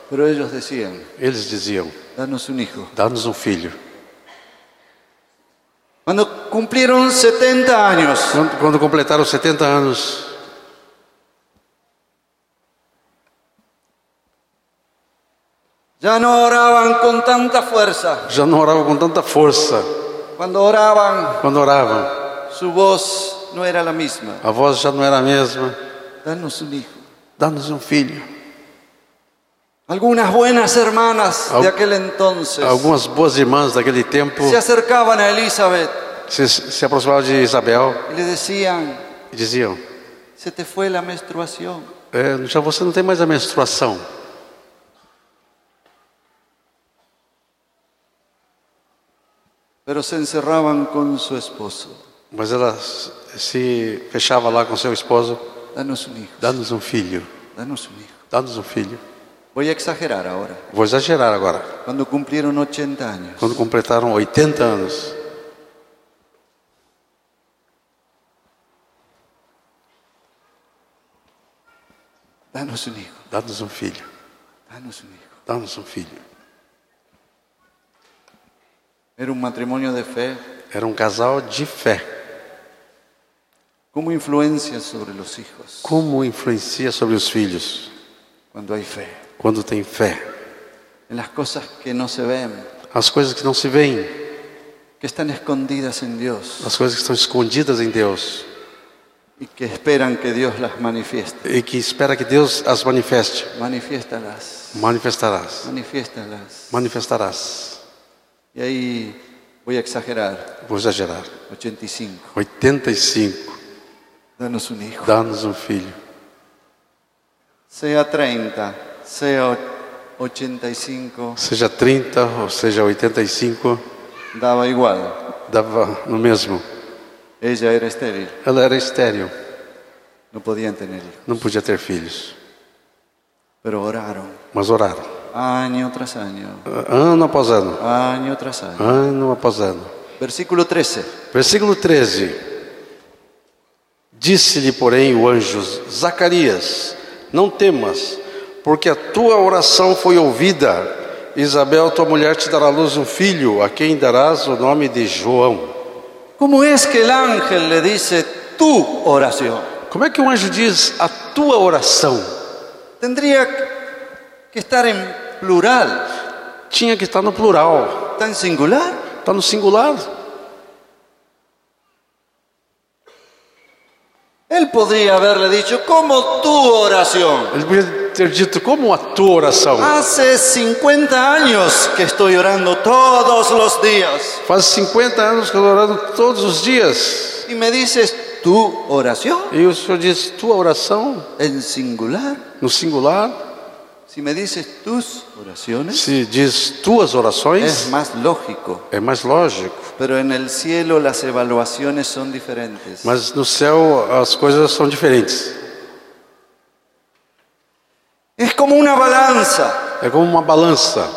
S1: Pero ellos decían,
S2: Eles diziam:
S1: danos un hijo.
S2: dá-nos um filho.
S1: Cuando cumplieron 70 años,
S2: Quando, quando completaram os 70 anos,
S1: ya no oraban con tanta fuerza.
S2: já não oravam com tanta força.
S1: Cuando oraban,
S2: Quando oravam,
S1: su voz no era la misma.
S2: a voz já não era a mesma.
S1: Danos un hijo.
S2: Dá-nos um filho.
S1: Algunas buenas hermanas
S2: Al-
S1: de aquel entonces
S2: Algumas boas irmãs daquele tempo
S1: se acercaban a Elizabeth
S2: se, se aproximaram de Isabel
S1: y le decían,
S2: e diziam:
S1: se te fue la menstruación.
S2: é, já você não tem mais a menstruação.
S1: Pero se encerraban con su esposo.
S2: Mas ela s- se fechava lá com seu esposo:
S1: Danos un hijo.
S2: dá-nos um filho,
S1: Danos un hijo.
S2: dá-nos um filho.
S1: Voy a exagerar ahora.
S2: Vou exagerar agora.
S1: Cuando cumplieron 80 años,
S2: Quando completaram 80 anos,
S1: danos un hijo,
S2: dá-nos um filho,
S1: danos un hijo.
S2: dá-nos um filho.
S1: Era un matrimonio de fe.
S2: Era um casal de fé.
S1: ¿Cómo influencia sobre los hijos
S2: Como influencia sobre os filhos
S1: cuando hay fe?
S2: quando tem fé?
S1: En las cosas que no se ven,
S2: As coisas que não se veem,
S1: que están escondidas en Dios
S2: as coisas que estão escondidas em Deus
S1: y que esperan que Dios las manifieste.
S2: e que espera que Deus as manifeste.
S1: Manifiéstalas,
S2: Manifestarás.
S1: manifiéstalas.
S2: Manifestarás.
S1: Y ahí Voy a exagerar.
S2: Vou exagerar.
S1: 85.
S2: 85.
S1: Danos un hijo.
S2: Dá-nos um filho.
S1: Sea 30, sea 85,
S2: Seja 30 ou seja 85,
S1: daba igual.
S2: dava no mesmo.
S1: Ella era estéril,
S2: Ela era estéril,
S1: no podían tener hijos.
S2: não podia ter filhos.
S1: Pero oraron
S2: Mas oraram.
S1: año tras año,
S2: Ano após ano.
S1: año tras año.
S2: Ano após ano.
S1: Versículo 13.
S2: Versículo 13. Disse-lhe, porém, o anjo Zacarias: Não temas, porque a tua oração foi ouvida. Isabel, tua mulher, te dará à luz um filho, a quem darás o nome de João.
S1: ¿Cómo es que el ángel le dice tu oración?
S2: Como é que o anjo diz a tua oração?
S1: Tendría que estar en plural.
S2: Tinha que estar no plural,
S1: ¿Está en singular?
S2: está no singular.
S1: Él podría haberle dicho como tu oración.
S2: Ele podia ter dito: Como a tua oração?
S1: Hace 50 años que estoy orando todos los días
S2: Faz 50 anos que eu estou orando todos os dias.
S1: y me dices tu oración
S2: E o senhor diz: Tua oração?
S1: en singular.
S2: No singular?
S1: Si me dices tus oraciones
S2: Se diz tuas
S1: es
S2: orações,
S1: más lógico,
S2: é mais lógico.
S1: pero en el cielo las evaluaciones son diferentes.
S2: Mas no céu as coisas são diferentes.
S1: Es como una balanza.
S2: É como uma balança.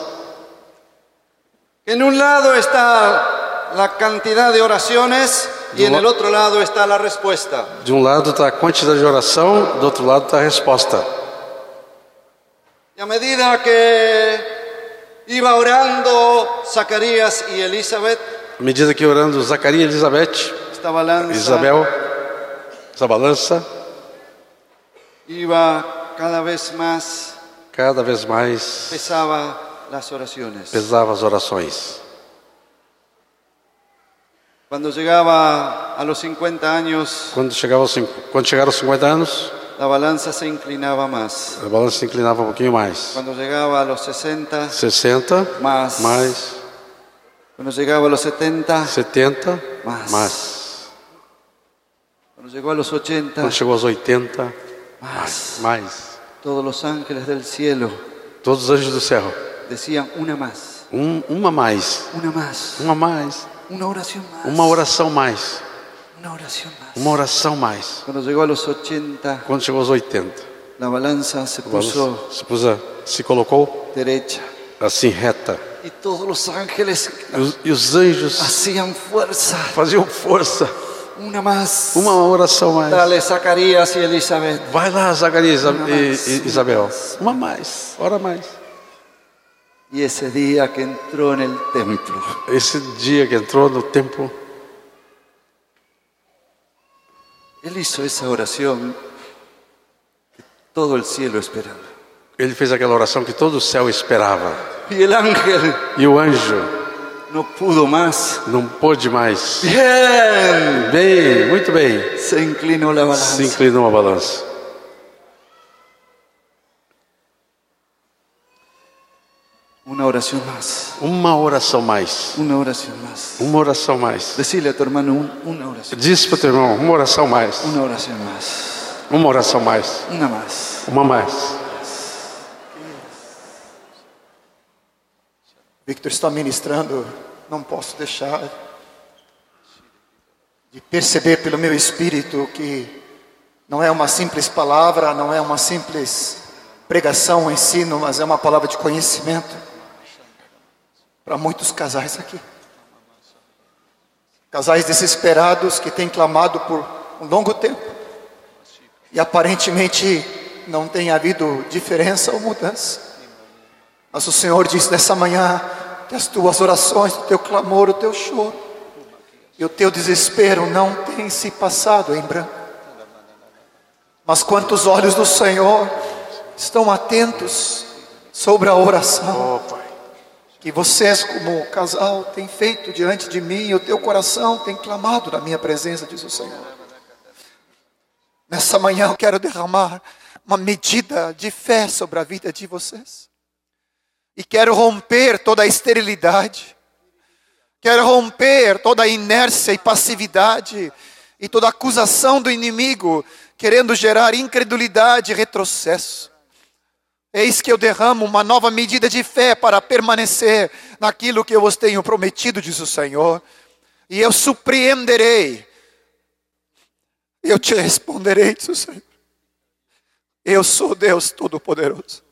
S1: En un lado está la cantidad de oraciones y en el otro lado está la respuesta.
S2: De um lado está a quantidade de oração, do outro lado está a resposta.
S1: Y a medida que iba orando Zacarías y Elizabeth,
S2: À medida que orando Zacarias e Elizabeth,
S1: esta balanza
S2: Isabel, essa balança
S1: iba cada vez más,
S2: cada vez mais
S1: pesaba las oraciones.
S2: pesava as orações.
S1: Cuando llegaba a los 50 años,
S2: Quando, chegava aos cinco, quando chegaram aos 50 anos,
S1: la balanza se inclinaba más.
S2: a balança se inclinava um pouquinho mais.
S1: Cuando llegaba a los 60,
S2: 60,
S1: Mas.
S2: mais
S1: cuando llegaba a los 70,
S2: 70,
S1: Mas.
S2: mais.
S1: cuando llegó a los 80,
S2: Quando chegou aos 80,
S1: más.
S2: mais.
S1: Todos los ángeles del cielo
S2: Todos os anjos do céu.
S1: decían una más.
S2: Um, uma mais.
S1: Una más.
S2: Uma mais.
S1: Una oración más.
S2: Uma oração mais.
S1: Una oración más.
S2: Uma oração mais.
S1: Cuando llegó a los 80,
S2: Quando chegou aos 80,
S1: la balanza se
S2: o anjo
S1: puso
S2: se, pôs a- se colocou
S1: derecha.
S2: assim reta.
S1: Y todos los ángeles
S2: E os, e os anjos
S1: hacían fuerza.
S2: faziam força.
S1: Una más.
S2: Uma oração mais.
S1: Dale, Zacarías y Elizabeth.
S2: Vai lá, Zacarias
S1: Uma
S2: e,
S1: mais,
S2: e
S1: uma
S2: Isabel.
S1: mais.
S2: Uma mais. Ora mais.
S1: Y ese día que entró en el templo,
S2: Esse dia que entrou no templo,
S1: él hizo esa oración que todo el cielo esperaba.
S2: ele fez aquela oração que todo o céu esperava.
S1: Y el ángel
S2: E o anjo
S1: no pudo más.
S2: não pôde mais.
S1: Bien.
S2: Bem, muito bem.
S1: Se inclinó la
S2: Se
S1: balanza.
S2: inclinou a balança.
S1: Una oración más.
S2: Uma oração mais.
S1: Una oración más.
S2: Uma oração mais.
S1: Decirle a tu hermano un- una oración.
S2: Diz para o teu irmão, uma oração mais.
S1: Una oración más.
S2: Uma oração mais.
S1: Una más.
S2: Uma mais.
S3: Victor está ministrando, não posso deixar de perceber pelo meu espírito que não é uma simples palavra, não é uma simples pregação, ensino, mas é uma palavra de conhecimento para muitos casais aqui. Casais desesperados que têm clamado por um longo tempo e aparentemente não tem havido diferença ou mudança. Mas o Senhor diz nessa manhã que as tuas orações, o teu clamor, o teu choro e o teu desespero não tem se passado em branco. Mas quantos olhos do Senhor estão atentos sobre a oração que vocês, como casal, têm feito diante de mim e o teu coração tem clamado na minha presença, diz o Senhor. Nessa manhã eu quero derramar uma medida de fé sobre a vida de vocês e quero romper toda a esterilidade. Quer romper toda a inércia e passividade e toda a acusação do inimigo, querendo gerar incredulidade e retrocesso. Eis que eu derramo uma nova medida de fé para permanecer naquilo que eu vos tenho prometido, diz o Senhor. E eu surpreenderei. Eu te responderei, diz o Senhor. Eu sou Deus Todo-Poderoso.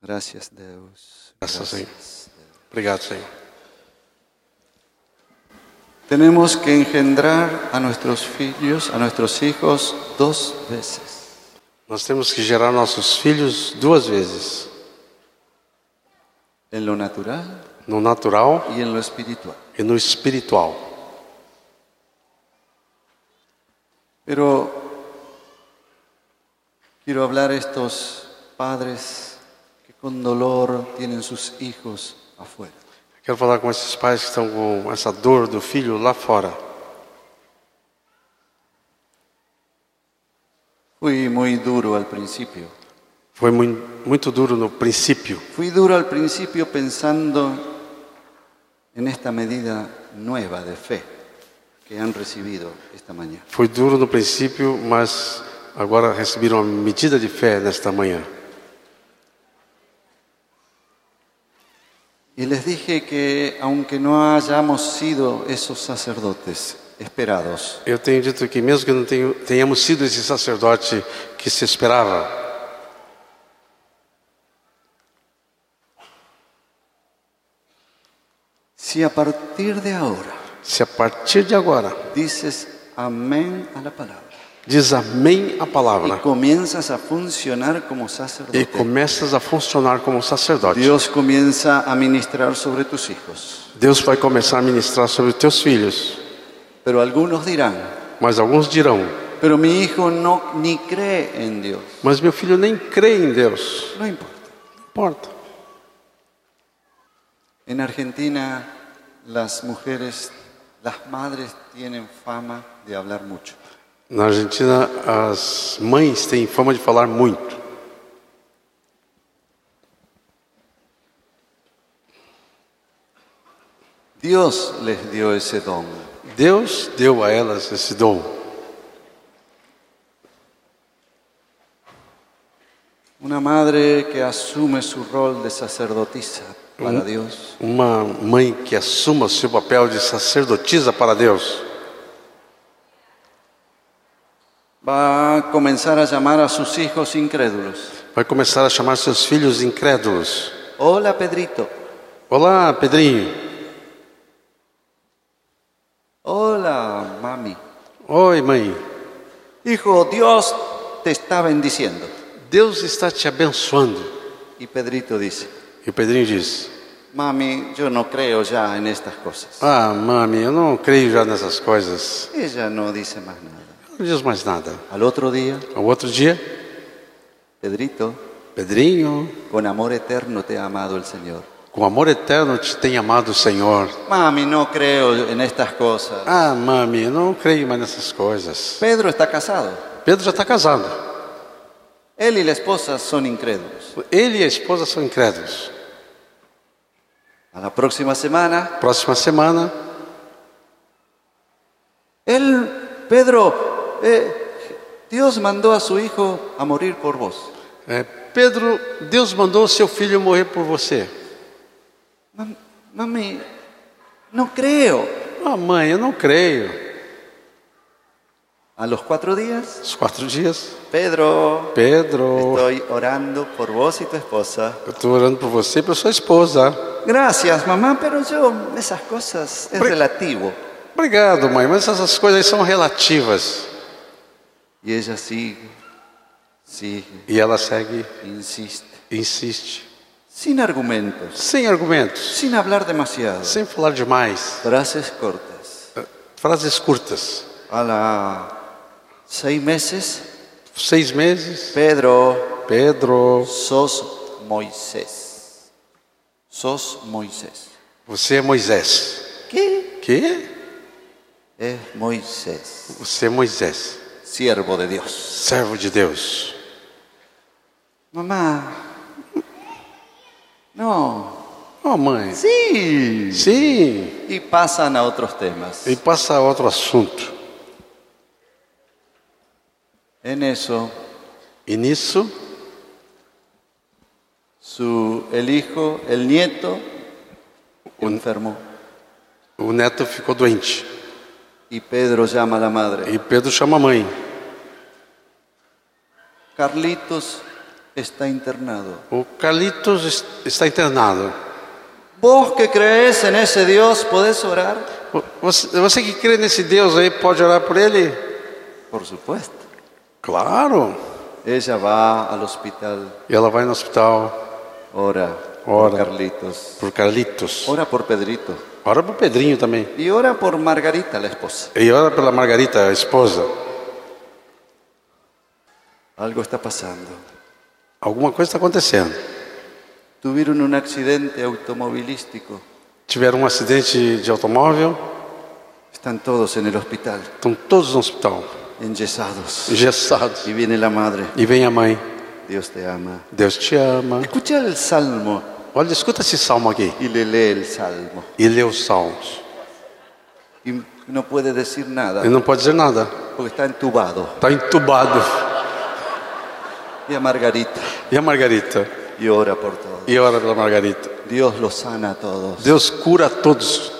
S1: Gracias Dios.
S2: Graças, Senhor. Obrigado, Senhor.
S1: Tenemos que engendrar a nuestros hijos, a nuestros hijos dos veces.
S2: Nós temos que gerar nossos filhos duas vezes:
S1: En lo natural
S2: no natural
S1: y en lo espiritual.
S2: e no espiritual.
S1: Pero quiero hablar a estos padres que con dolor tienen sus hijos afuera.
S2: Quero falar com esses pais que estão com essa dor do filho lá fora.
S1: Fui muy duro al principio.
S2: Foi mui- muito duro no princípio.
S1: Fui duro al principio pensando en esta medida nueva de fe que han recibido esta mañana.
S2: Foi duro no princípio, mas agora receberam uma medida de fé nesta manhã.
S1: Y les dije que aunque no hayamos sido esos sacerdotes esperados,
S2: Eu tenho dito que, mesmo que não tenho- tenhamos sido esse sacerdote que se esperava,
S1: si a partir de ahora
S2: se a partir de agora
S1: dices amén a la palabra,
S2: diz amém à
S1: y
S2: palavra
S1: comienzas a funcionar como
S2: e
S1: sacerdote.
S2: começas a funcionar como sacerdote,
S1: Dios comienza a ministrar sobre tus hijos.
S2: Deus vai começar a ministrar sobre teus filhos.
S1: Pero algunos dirán,
S2: Mas alguns dirão:
S1: pero mi hijo no ni cree en Dios.
S2: Mas meu filho nem crê em Deus.
S1: No importa.
S2: Não importa.
S1: En Argentina las mujeres, las madres tienen fama de hablar mucho.
S2: Na Argentina, as mães têm fama de falar muito.
S1: Dios les dio ese don.
S2: Deus deu a elas esse dom.
S1: Una madre que asume su rol de sacerdotisa para Dios
S2: Uma mãe que assuma o seu papel de sacerdotisa para Deus
S1: va a comenzar a llamar a sus hijos incrédulos.
S2: vai começar a chamar seus filhos incrédulos.
S1: Hola Pedrito,
S2: Olá, Pedrinho.
S1: hola mami.
S2: Oi, mãe.
S1: Hijo, Dios te está bendiciendo.
S2: Deus está te abençoando.
S1: Y Pedrito dice,
S2: E o Pedrinho diz:
S1: mami, yo no creo ya en estas cosas.
S2: Ah, mami, eu não creio já nessas coisas.
S1: Ella no dice más nada.
S2: Não diz mais nada.
S1: Al otro día,
S2: Ao outro dia,
S1: Pedrito,
S2: Pedrinho,
S1: con amor eterno te ha amado el Señor.
S2: com amor eterno te tem amado o Senhor.
S1: Mami, no creo en estas cosas.
S2: Ah, mami, eu não creio mais nessas coisas.
S1: Pedro está casado.
S2: Pedro já está casado.
S1: Él y la esposa son incrédulos.
S2: Ele e a esposa são incrédulos.
S1: A la próxima semana,
S2: Próxima semana,
S1: él, Pedro, eh, Dios mandó a su hijo a morir por vos.
S2: é, Pedro, Deus mandou o seu filho morrer por você.
S1: Mam- Mami, no creo.
S2: Ah, mãe, eu não creio.
S1: A los cuatro días,
S2: Os quatro dias,
S1: Pedro,
S2: Pedro,
S1: estoy orando por vos y tu esposa.
S2: eu estou orando por você e pela sua esposa.
S1: Gracias, mamá, pero yo, esas cosas es
S2: Pre-
S1: relativo.
S2: Obrigado, mãe, mas essas coisas aí são relativas.
S1: Y ella sigue, sigue,
S2: E ela segue
S1: insiste,
S2: e insiste,
S1: sin argumentos,
S2: sem argumentos,
S1: sin hablar demasiado.
S2: sem falar demais, Eh,
S1: Frases cortas.
S2: frases curtas.
S1: A la seis meses,
S2: Seis meses,
S1: Pedro,
S2: Pedro,
S1: sos Moisés. Sos Moisés.
S2: você é Moisés.
S1: ¿Qué?
S2: Que?
S1: Es Moisés,
S2: Você é Moisés,
S1: siervo de Dios.
S2: servo de Deus.
S1: Mamá. No.
S2: Oh, mãe.
S1: Sí.
S2: Sim,
S1: Y y pasan a otros temas.
S2: e passa a outro assunto.
S1: En eso,
S2: E nisso,
S1: su, el hijo, el nieto, enfermó.
S2: o neto ficou doente.
S1: Y Pedro llama a la madre.
S2: E Pedro chama a mãe.
S1: Carlitos está internado.
S2: O Carlitos es- está internado.
S1: Vos que crees en ese Dios, ¿podés orar?
S2: O- Você, você que crê nesse Deus aí pode orar por ele?
S1: Por supuesto.
S2: Claro.
S1: Ella va al hospital,
S2: E ela vai no hospital
S1: ora por
S2: Ora.
S1: Carlitos,
S2: por Carlitos.
S1: ora por Pedrito
S2: Ora pro Pedrinho também.
S1: y ora por Margarita, la esposa.
S2: E ora pela Margarita, a esposa.
S1: Algo está pasando.
S2: Alguma coisa está acontecendo.
S1: Tuvieron un accidente automovilístico.
S2: Tiveram um acidente de automóvel,
S1: Están todos en el hospital,
S2: estão todos no hospital,
S1: enyesados.
S2: engessados.
S1: Y viene la madre.
S2: E vem a mãe.
S1: Dios te ama.
S2: Deus te ama.
S1: Escucha el salmo
S2: Olha, escuta esse salmo aqui.
S1: y le lee el salmo.
S2: E lê os salmos.
S1: Y no puede decir nada
S2: Ele não pode dizer nada.
S1: porque está entubado.
S2: Está entubado.
S1: Y a Margarita
S2: E a Margarita?
S1: y ora por todos.
S2: E ora pela Margarita.
S1: Dios los sana a todos.
S2: Deus cura a todos.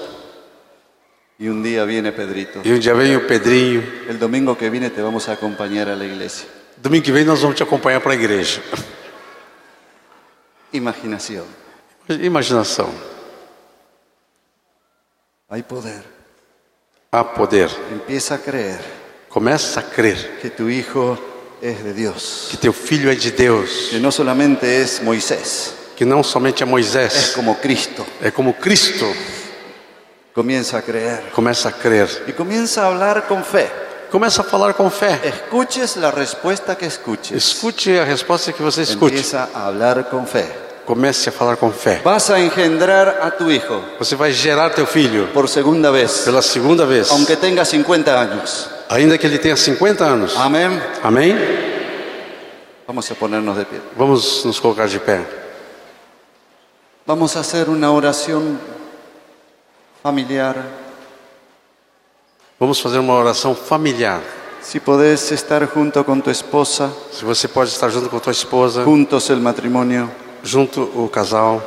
S1: Y un día viene Pedrito.
S2: E um dia vem o Pedrinho.
S1: El domingo que viene te vamos a acompañar a la iglesia.
S2: Domingo que vem nós vamos te acompanhar para a igreja.
S1: Imaginación.
S2: Imaginação.
S1: Hay poder.
S2: Há poder.
S1: Empieza a creer
S2: Começa a crer
S1: que tu hijo es de Dios.
S2: que teu filho é de Deus.
S1: Que no solamente es Moisés,
S2: Que não somente é
S1: es
S2: Moisés.
S1: como Cristo.
S2: É como Cristo.
S1: Comienza a creer.
S2: Começa a crer.
S1: Y comienza a hablar con fe.
S2: Começa a falar com fé.
S1: Escuches la respuesta que escuches.
S2: Escute a resposta que você escute.
S1: Empieza a hablar con fe.
S2: Comece a falar com fé.
S1: Vas a engendrar a tu hijo
S2: Você vai gerar teu filho
S1: por segunda vez,
S2: pela segunda vez,
S1: aunque tenga 50 años.
S2: ainda que ele tenha 50 anos.
S1: Amén.
S2: Amém?
S1: Vamos a ponernos de pie.
S2: Vamos nos colocar de pé.
S1: Vamos a hacer una oración familiar.
S2: Vamos fazer uma oração familiar.
S1: Si podés estar junto con tu esposa,
S2: Se você pode estar junto com a tua esposa,
S1: juntos el matrimonio,
S2: junto o casal,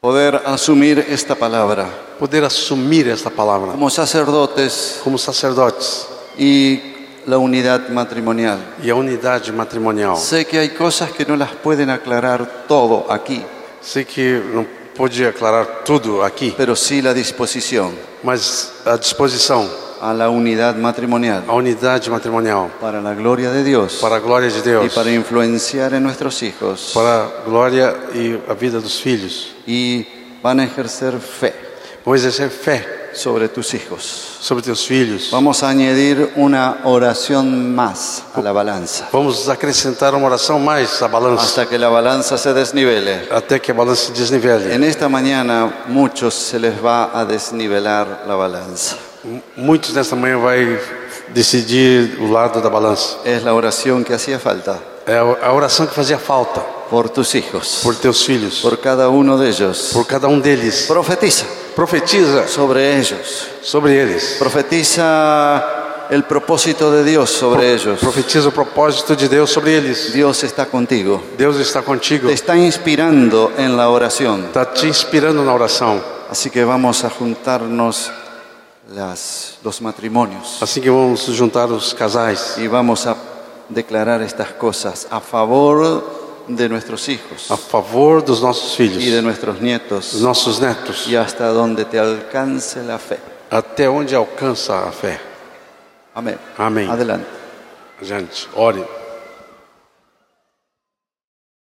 S1: poder asumir esta palabra
S2: poder assumir esta palavra
S1: como sacerdotes
S2: como sacerdotes
S1: y la unidad matrimonial.
S2: e a unidade matrimonial.
S1: Sé que hay cosas que no las pueden aclarar todo aquí,
S2: Sei que não pude aclarar tudo aqui,
S1: pero sí la disposición
S2: mas a disposição,
S1: a la unidad matrimonial
S2: a unidade matrimonial,
S1: para la gloria de Dios
S2: para a glória de
S1: y
S2: Deus,
S1: para influenciar en nuestros hijos
S2: para a glória e a vida dos filhos.
S1: y van a ejercer fe
S2: Vou exercer fé
S1: sobre tus hijos.
S2: sobre teus filhos.
S1: Vamos a añadir una oración más a la balanza,
S2: Vamos acrescentar uma oração mais à balança,
S1: hasta que la balanza se desnivele.
S2: até que a balança se desnivele.
S1: En esta mañana muchos se les va a desnivelar la balanza.
S2: M- Muitos nesta manhã vai decidir o lado da balança.
S1: Es la oración que hacía falta
S2: É a a oração que fazia falta
S1: por tus hijos,
S2: por teus filhos,
S1: por cada uno de ellos.
S2: por cada um deles.
S1: Profetiza
S2: Profetiza
S1: sobre ellos.
S2: sobre eles.
S1: Profetiza el propósito de Dios sobre ellos.
S2: Profetiza o propósito de Deus sobre eles.
S1: Dios está contigo.
S2: Deus está contigo,
S1: Te está inspirando en la oración.
S2: está te inspirando na oração.
S1: Así que vamos a juntarnos las, los matrimonios.
S2: Assim que vamos juntar os casais
S1: y vamos a declarar estas cosas a favor de nuestros hijos
S2: a favor dos nossos
S1: y de
S2: filhos,
S1: nuestros
S2: dos
S1: nietos
S2: nossos netos,
S1: y hasta donde te alcance la fe.
S2: até onde alcança a fé.
S1: Amén.
S2: Amén.
S1: Adelante.
S2: Gente, ore.